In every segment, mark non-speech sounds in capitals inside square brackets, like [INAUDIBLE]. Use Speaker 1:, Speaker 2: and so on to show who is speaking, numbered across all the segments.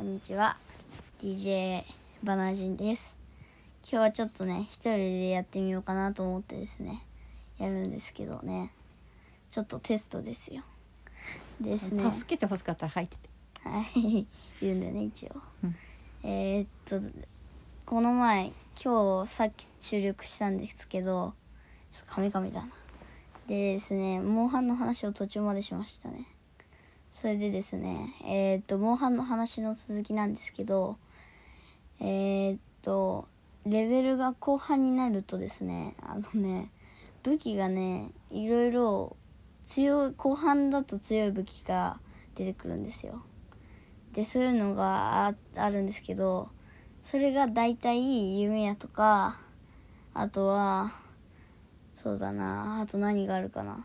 Speaker 1: んにちは DJ バナジンです今日はちょっとね一人でやってみようかなと思ってですねやるんですけどねちょっとテストですよですね
Speaker 2: 助けて欲しかったら入ってて
Speaker 1: はい言うんだよね一応、
Speaker 2: うん
Speaker 1: えーっとこの前今日さっき注力したんですけどちょっとカミカミだなでですねモンハンの話を途中までしましたねそれでですねえーっとモンハンの話の続きなんですけどえーっとレベルが後半になるとですねあのね武器がねいろいろ強い後半だと強い武器が出てくるんですよでそういうのがああるんですけどそれが大体弓矢とかあとはそうだなあと何があるかな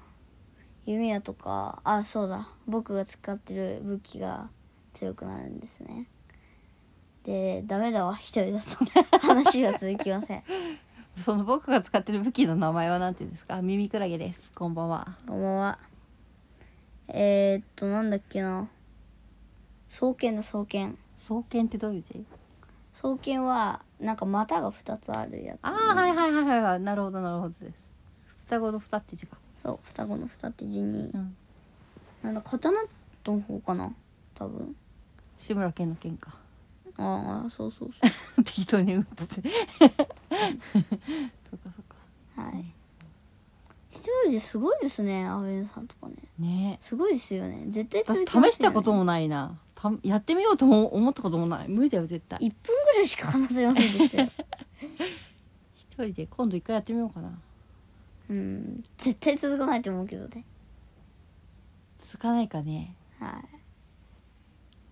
Speaker 1: 弓矢とかあそうだ僕が使ってる武器が強くなるんですねでダメだわ一人だと話が続きません
Speaker 2: その僕が使ってる武器の名前は何て言うんですか耳クラゲですこんばんは
Speaker 1: こんばんはえー、っとなんだっけな双剣だ双剣
Speaker 2: 双剣ってどういう字
Speaker 1: 双剣はなんか股が2つあるやつ
Speaker 2: ああはいはいはいはいはいなるほどなるほどです双子の双って字か
Speaker 1: そう双子の二って字に、
Speaker 2: うん
Speaker 1: なんだ刀の方かな多分
Speaker 2: 志村けんの
Speaker 1: [LAUGHS]
Speaker 2: 剣か
Speaker 1: ああそうそうそ
Speaker 2: 適当に打っててそうかそうか
Speaker 1: うはい一人ですごいですねアベンさんとかね
Speaker 2: ねえ
Speaker 1: すごいですよね絶対続き
Speaker 2: 私
Speaker 1: ますよね
Speaker 2: 試したこともないなたやってみようとも思ったこともない無理だよ絶対
Speaker 1: 1分ぐらいしか話せませんでしたよ [LAUGHS]
Speaker 2: 一人で今度一回やってみようかな
Speaker 1: うん絶対続かないと思うけどね
Speaker 2: 続かないかね
Speaker 1: は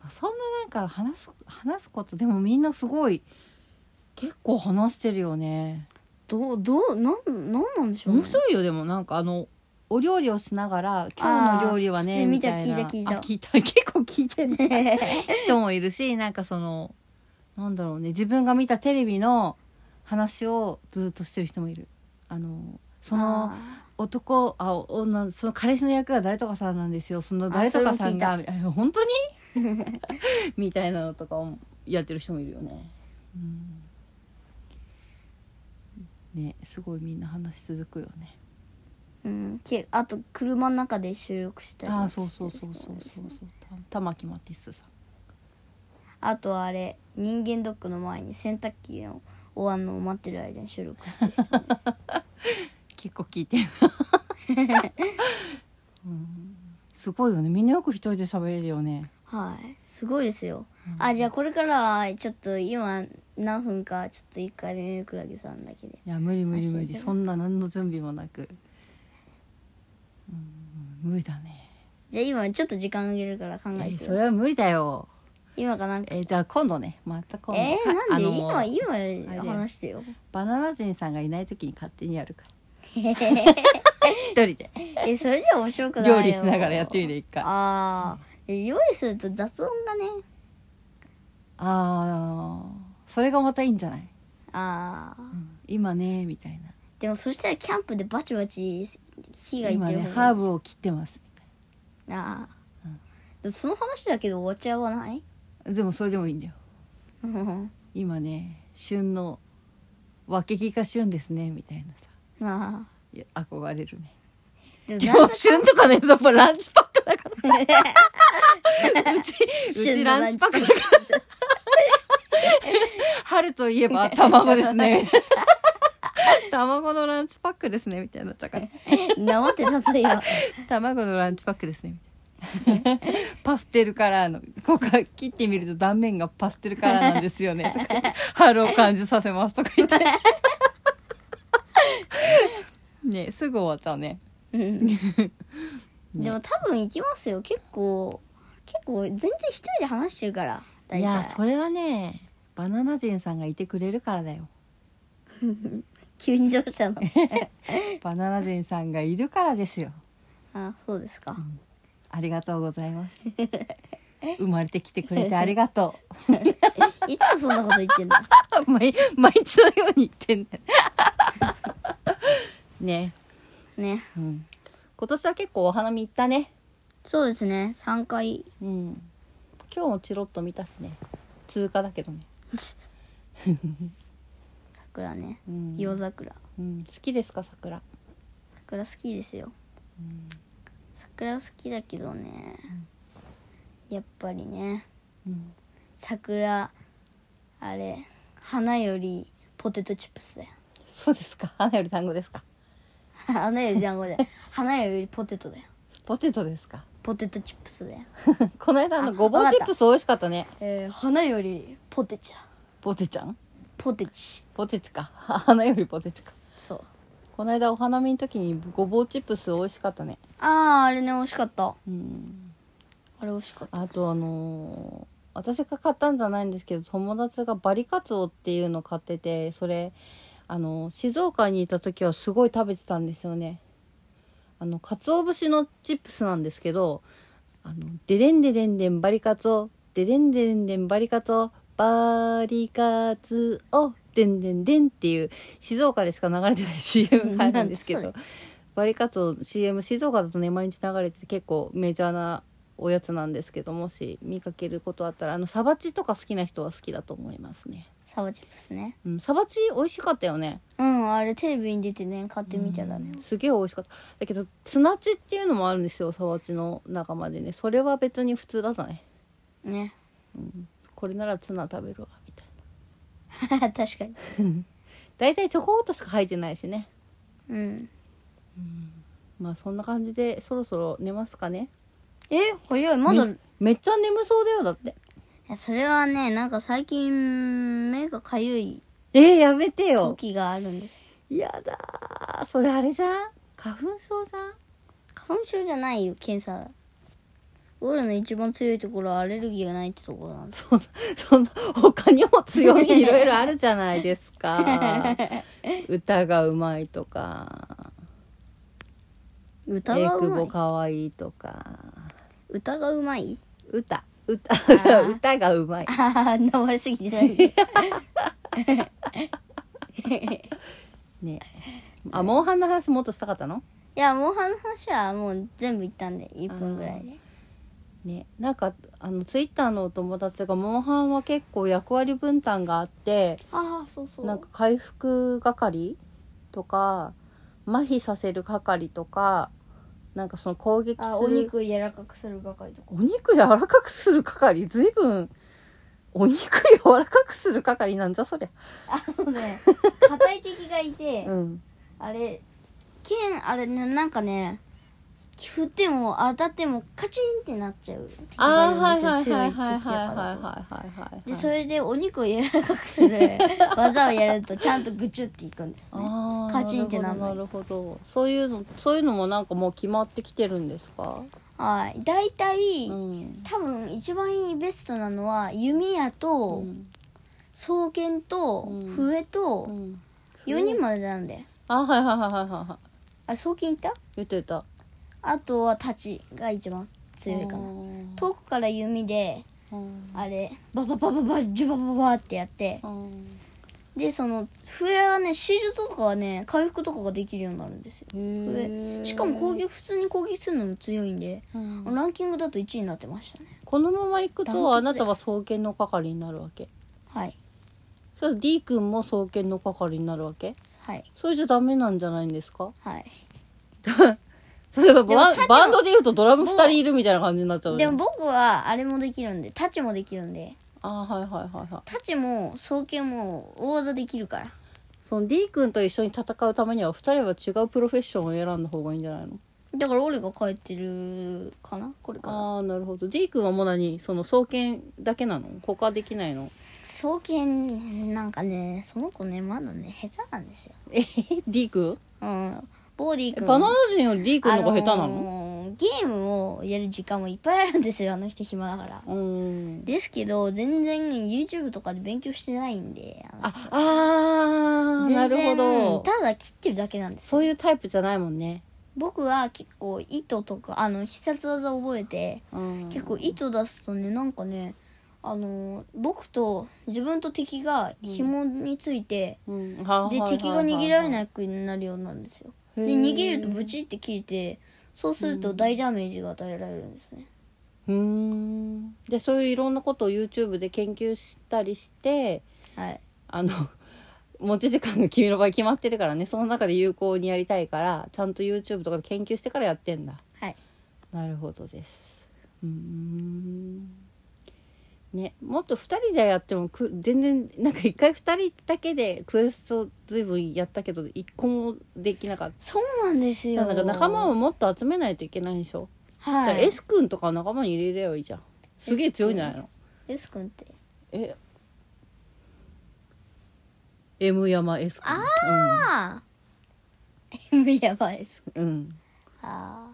Speaker 2: まあそんななんか話す話すことでもみんなすごい結構話してるよね
Speaker 1: いどうどうなんなんなんでしょう、ね、
Speaker 2: 面白いよでもなんかあのお料理をしながら「今日の料理は
Speaker 1: あー知って
Speaker 2: ね」
Speaker 1: る
Speaker 2: みたいな
Speaker 1: 見た聞いた
Speaker 2: あ聞いた結構聞い
Speaker 1: [LAUGHS]
Speaker 2: [LAUGHS] てる人もいるしなんかそのなんだろうね自分が見たテレビの話をずっとしてる人もいるあのその
Speaker 1: あ
Speaker 2: 男あ女その彼氏の役が誰とかさんなんですよその誰とかさんが
Speaker 1: あ
Speaker 2: みたいな本当に [LAUGHS] みたいなのとかをやってる人もいるよね、うん、ねすごいみんな話し続くよね
Speaker 1: ーうんけあと車の中で収録したり
Speaker 2: ああ
Speaker 1: して
Speaker 2: そ
Speaker 1: る
Speaker 2: う
Speaker 1: 人
Speaker 2: そう
Speaker 1: もいるし
Speaker 2: そうそうそうそうた玉木マティスさん
Speaker 1: あとはあれ人間ドックの前に洗濯機の終わんのを待ってる間に収録してる人
Speaker 2: 結構聞いてる、
Speaker 1: [LAUGHS]
Speaker 2: うん、すごいよねみんなよく一人で喋れるよね
Speaker 1: はいすごいですよ、あじゃあこれからはちょっと今何分かちょっと一回ねクラゲさんだけで
Speaker 2: いや無理無理無
Speaker 1: 教えて
Speaker 2: 理
Speaker 1: ね
Speaker 2: そんな何の準備もなく、うん、無理だね
Speaker 1: じゃあ今ちょっと時間あげるから考え
Speaker 2: え
Speaker 1: て
Speaker 2: そ
Speaker 1: よ
Speaker 2: れは無理だよ
Speaker 1: 今かなんか
Speaker 2: えじゃあ今度ねまた今度
Speaker 1: えー、
Speaker 2: か
Speaker 1: なんで
Speaker 2: あの
Speaker 1: 今
Speaker 2: あれ
Speaker 1: 今
Speaker 2: だよ
Speaker 1: 話してよ
Speaker 2: バナナ人さんがいない時に勝手にやるから
Speaker 1: [LAUGHS]
Speaker 2: 一人で
Speaker 1: えそれじゃ面白くないよ
Speaker 2: 料理しながらやってみる一回あ
Speaker 1: ああ料理すると雑音がね
Speaker 2: あーそれがまたいいんじゃない、
Speaker 1: ああ
Speaker 2: うん今ねみたいな
Speaker 1: でもそしたらキャンプでバチバチ火がいってる方が
Speaker 2: 今
Speaker 1: いい
Speaker 2: ね
Speaker 1: ですよ
Speaker 2: ハーブを切ってますみたい
Speaker 1: ああ、その話だけど終わっちゃわない
Speaker 2: なでもそれでもいいんだよ
Speaker 1: ま
Speaker 2: 今ね旬のわけぎが旬ですねみたいなさ
Speaker 1: あ
Speaker 2: いや憧れるね
Speaker 1: で
Speaker 2: で
Speaker 1: もなん
Speaker 2: も
Speaker 1: だ
Speaker 2: 旬とかねやっぱランチパックだから
Speaker 1: [LAUGHS]
Speaker 2: [LAUGHS] うちうちランチパックだから春といえば卵ですね [LAUGHS] 卵のランチパックですねみたいになっちゃうから
Speaker 1: なまってたぞ今
Speaker 2: [LAUGHS] 卵のランチパックですねみたいなパステルカラーのここから切ってみると断面がパステルカラーなんですよねとか [LAUGHS] 言って春を感じさせますとか言 [LAUGHS] ってねすぐ終わっちゃう [LAUGHS] ね
Speaker 1: うんでも多分行きますよ結構結構全然一人で話してるから
Speaker 2: い
Speaker 1: 大
Speaker 2: や
Speaker 1: 体
Speaker 2: それはねバナナ人さんがいてくれるからだよ
Speaker 1: 急にどうしたの
Speaker 2: バナナ人さんがいるからですよ
Speaker 1: あそうですか
Speaker 2: ありがとうござい [LAUGHS] ます生まれてきてくれてありがとう
Speaker 1: いつもそんなこと言ってんの
Speaker 2: 毎毎日のように言ってん [LAUGHS] だよね
Speaker 1: ね
Speaker 2: うん、今年は結構お花見行ったね
Speaker 1: そうですね3回
Speaker 2: うん今日もチロッと見たしね通過だけどね、
Speaker 1: 桜ね
Speaker 2: うん
Speaker 1: 夜桜
Speaker 2: うん、好きですか桜、
Speaker 1: 桜好きですよ
Speaker 2: うん
Speaker 1: 桜好きだけどねやっぱりね
Speaker 2: うん、
Speaker 1: 桜あれ花よりポテトチップスだよ [LAUGHS]
Speaker 2: そうですか花より単語ですか
Speaker 1: 花より団子だよ花よりポテトだよ
Speaker 2: ポテトですか
Speaker 1: ポテトチップスだよ、
Speaker 2: [LAUGHS] この間の
Speaker 1: あ
Speaker 2: ごぼう
Speaker 1: わかっ
Speaker 2: チ
Speaker 1: た
Speaker 2: ップス美味しかったね
Speaker 1: えー、花よりポテチだ
Speaker 2: ポテちゃん
Speaker 1: ポテチ
Speaker 2: ポテチか [LAUGHS] 花よりポテチか
Speaker 1: そう
Speaker 2: この間お花見の時にごぼうチップス美味しかったね
Speaker 1: あああれね美味しかった
Speaker 2: うん
Speaker 1: あれ美味しかった
Speaker 2: あとあのー私が買ったんじゃないんですけど友達がバリカツオっていうの買っててそれあのー静岡にいた時はすごい食べてたんですよねあの鰹節のチップスなんですけど「あのででんででんでんバリカツオででんででんでんバリカツオバリカツオでんでんでん」っていう静岡でしか流れてない CM があるんですけ
Speaker 1: なん
Speaker 2: ど
Speaker 1: だ
Speaker 2: バリカツオ CM 静岡だとね毎日流れてて結構メジャーなおやつなんですけどもし見かけることあったらあのサバチとか好きな人は好きだと思いますね、
Speaker 1: サバチップスね
Speaker 2: うん、サバチ美味しかったよね
Speaker 1: うんあれテレビに出てね買ってみたらね
Speaker 2: うんすげえ美味しかっただけどツナチっていうのもあるんですよサバチの仲間でねそれは別に普通だったね
Speaker 1: ね [LAUGHS]
Speaker 2: これならツナ食べるわみたいな
Speaker 1: 確かに
Speaker 2: 大体チョコオートしか入ってないしね
Speaker 1: うん
Speaker 2: まあそんな感じでそろそろ寝ますかね
Speaker 1: え早いまだ
Speaker 2: めめっちゃ眠そうだよだって
Speaker 1: いやそれはねなんか最近目がかゆい
Speaker 2: えー、やめてよ
Speaker 1: 時があるんです
Speaker 2: やだーそれあれじゃん花粉症じゃん
Speaker 1: 花粉症じゃないよ検査俺の一番強いところはアレルギーがないってところなんです
Speaker 2: そんな、そんな、他にも強み [LAUGHS] いろいろあるじゃないです [LAUGHS] か。歌がうまいとか、
Speaker 1: 歌
Speaker 2: え
Speaker 1: がう
Speaker 2: く
Speaker 1: ま
Speaker 2: ぼ
Speaker 1: い
Speaker 2: かわいいとか、
Speaker 1: 歌がうまい
Speaker 2: 歌、歌、
Speaker 1: ー
Speaker 2: 歌がうまい。
Speaker 1: ああ名前すぎて [LAUGHS] ない
Speaker 2: ね。あ、モンハンの話もっとしたかったの
Speaker 1: いやモンハンの話はもう全部言ったんで1分ぐらいで
Speaker 2: ね、なんかあのツイッターのお友達がモンハンは結構役割分担があって
Speaker 1: ああそうそ
Speaker 2: なんか回復係とか麻痺させる係とかなんかその攻撃
Speaker 1: あ
Speaker 2: す
Speaker 1: お
Speaker 2: る
Speaker 1: 肉柔らかくする係とか
Speaker 2: お肉柔らかくする係ずいぶんお肉柔らかくする係なんじゃそりゃ
Speaker 1: あの [LAUGHS] ね硬い敵がいて、
Speaker 2: うん
Speaker 1: あれ剣あれねなんかね振っても当たってもカチンってなっちゃう敵
Speaker 2: あ
Speaker 1: が
Speaker 2: ー
Speaker 1: る
Speaker 2: はい
Speaker 1: んで
Speaker 2: はい
Speaker 1: すよ
Speaker 2: はい
Speaker 1: 強
Speaker 2: は
Speaker 1: い
Speaker 2: いはい
Speaker 1: 敵やから
Speaker 2: はい
Speaker 1: と
Speaker 2: はいはいはい
Speaker 1: でそれでお肉を柔らかく
Speaker 2: [LAUGHS]
Speaker 1: する技をやるとちゃんとぐちゅっていくんですね
Speaker 2: あー
Speaker 1: カチンってな
Speaker 2: なる
Speaker 1: んない
Speaker 2: ほどなるほどそういうのそういうのもなんかもう決まってきてるんですか
Speaker 1: はい大体、
Speaker 2: うん
Speaker 1: 多分一番いいベストなのは弓矢と、
Speaker 2: うん
Speaker 1: 双剣と
Speaker 2: うん
Speaker 1: 笛
Speaker 2: う
Speaker 1: と
Speaker 2: ん
Speaker 1: 4人までなんで
Speaker 2: あはいはいはいはいはいはい
Speaker 1: あれ双剣いった
Speaker 2: 言ってた
Speaker 1: あとは太刀が一番強いかな遠くから弓で
Speaker 2: うん
Speaker 1: あれバババババジュバババってやって
Speaker 2: うん
Speaker 1: でその笛はねシールドとかはね回復とかができるようになるんですよ
Speaker 2: へー
Speaker 1: 笛しかも攻撃普通に攻撃するのも強いんで
Speaker 2: うん
Speaker 1: ランキングだと1位になってましたね
Speaker 2: このまま行く
Speaker 1: ダントツ
Speaker 2: と
Speaker 1: で
Speaker 2: あなたは双剣の係になるわけ
Speaker 1: はい
Speaker 2: そう D 君も双剣の係になるわけ
Speaker 1: はい
Speaker 2: それじゃダメなんじゃないんですか
Speaker 1: はい
Speaker 2: 例え
Speaker 1: で
Speaker 2: ば
Speaker 1: も
Speaker 2: バン
Speaker 1: 太刀
Speaker 2: バンドで言うとドラム2人いるみたいな感じになっちゃうね
Speaker 1: でも僕はあれもできるんで太刀もできるんで
Speaker 2: あーはいはいはいはい
Speaker 1: 太刀も双剣も大技できるから
Speaker 2: その D 君と一緒に戦うためには2人は違うプロフェッションを選んだ方がいいんじゃないの
Speaker 1: だから俺が帰ってるかなこれから
Speaker 2: ああーなるほど D 君はもう何その双剣だけなの他できないの
Speaker 1: 双剣なんかねその子ねまだね下手なんですよ
Speaker 2: え D 君
Speaker 1: うんボーディー
Speaker 2: え
Speaker 1: 君
Speaker 2: バナナ人より D 君の方が下手な
Speaker 1: あ
Speaker 2: の、
Speaker 1: のーゲームをやる時間もいっぱいあるんですよあの人暇だから
Speaker 2: うーん
Speaker 1: ですけど全然 YouTube とかで勉強してないんであの
Speaker 2: ああー
Speaker 1: 全
Speaker 2: なるほ
Speaker 1: 然
Speaker 2: ど
Speaker 1: ただ切ってるだけなんですよ
Speaker 2: そういうタイプじゃないもんね、
Speaker 1: 僕は結構糸とかあの必殺技覚えて
Speaker 2: うん、
Speaker 1: 結構糸出すとねなんかねあのー僕と自分と敵が紐について、
Speaker 2: うんは
Speaker 1: で
Speaker 2: いはいはいはい
Speaker 1: 敵が逃げられなくなるようになるんですよで
Speaker 2: へー
Speaker 1: 逃げるとブチって切れてそうすると大ダメージが与えられるんですね
Speaker 2: うーんでそういういろんなことを YouTube で研究したりして
Speaker 1: はい
Speaker 2: あの [LAUGHS] 持ち時間が君の場合決まってるからねその中で有効にやりたいからちゃんと YouTube とかで研究してからやってんだ
Speaker 1: はい
Speaker 2: なるほどですうーんねもっと2人でやってもく全然なんか一回2人だけでクエスト随分やったけど一個もできなかっ
Speaker 1: そうなんです
Speaker 2: た
Speaker 1: よ
Speaker 2: なんか仲間をもっと集めないといけないでしょ、だ
Speaker 1: は
Speaker 2: から
Speaker 1: い
Speaker 2: S 君とか仲間に入れればいいじゃんすげえ強いんじゃないの
Speaker 1: S 君って
Speaker 2: え M 山 S 君
Speaker 1: ああ M やばいです
Speaker 2: うん、うん
Speaker 1: あ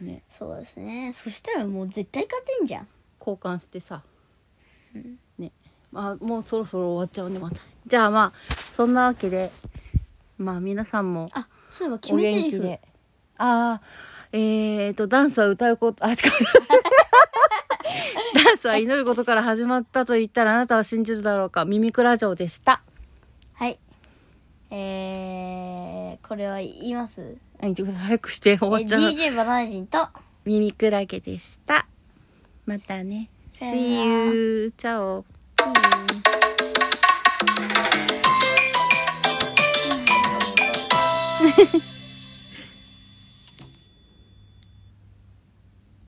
Speaker 1: あ
Speaker 2: ね、
Speaker 1: そうですねそしたらもう絶対勝てんじゃん
Speaker 2: 交換してさ、ねまあもうそろそろ終わっちゃうねまたじゃあまあそんなわけでまあ皆さんも
Speaker 1: あそういえば決
Speaker 2: お
Speaker 1: め
Speaker 2: 元
Speaker 1: 台
Speaker 2: 気
Speaker 1: 詞
Speaker 2: でああえー、とダンスは歌うこと
Speaker 1: [LAUGHS]
Speaker 2: あ違うダンスは祈ることから始まったと言ったらあなたは信じるだろうか耳くら城でした
Speaker 1: はいえー、これは言います
Speaker 2: あ言ってください早くして終わっちゃう
Speaker 1: え DJ バナナ人と
Speaker 2: 耳くらげでしたまたね
Speaker 1: さよなら
Speaker 2: See you チャオ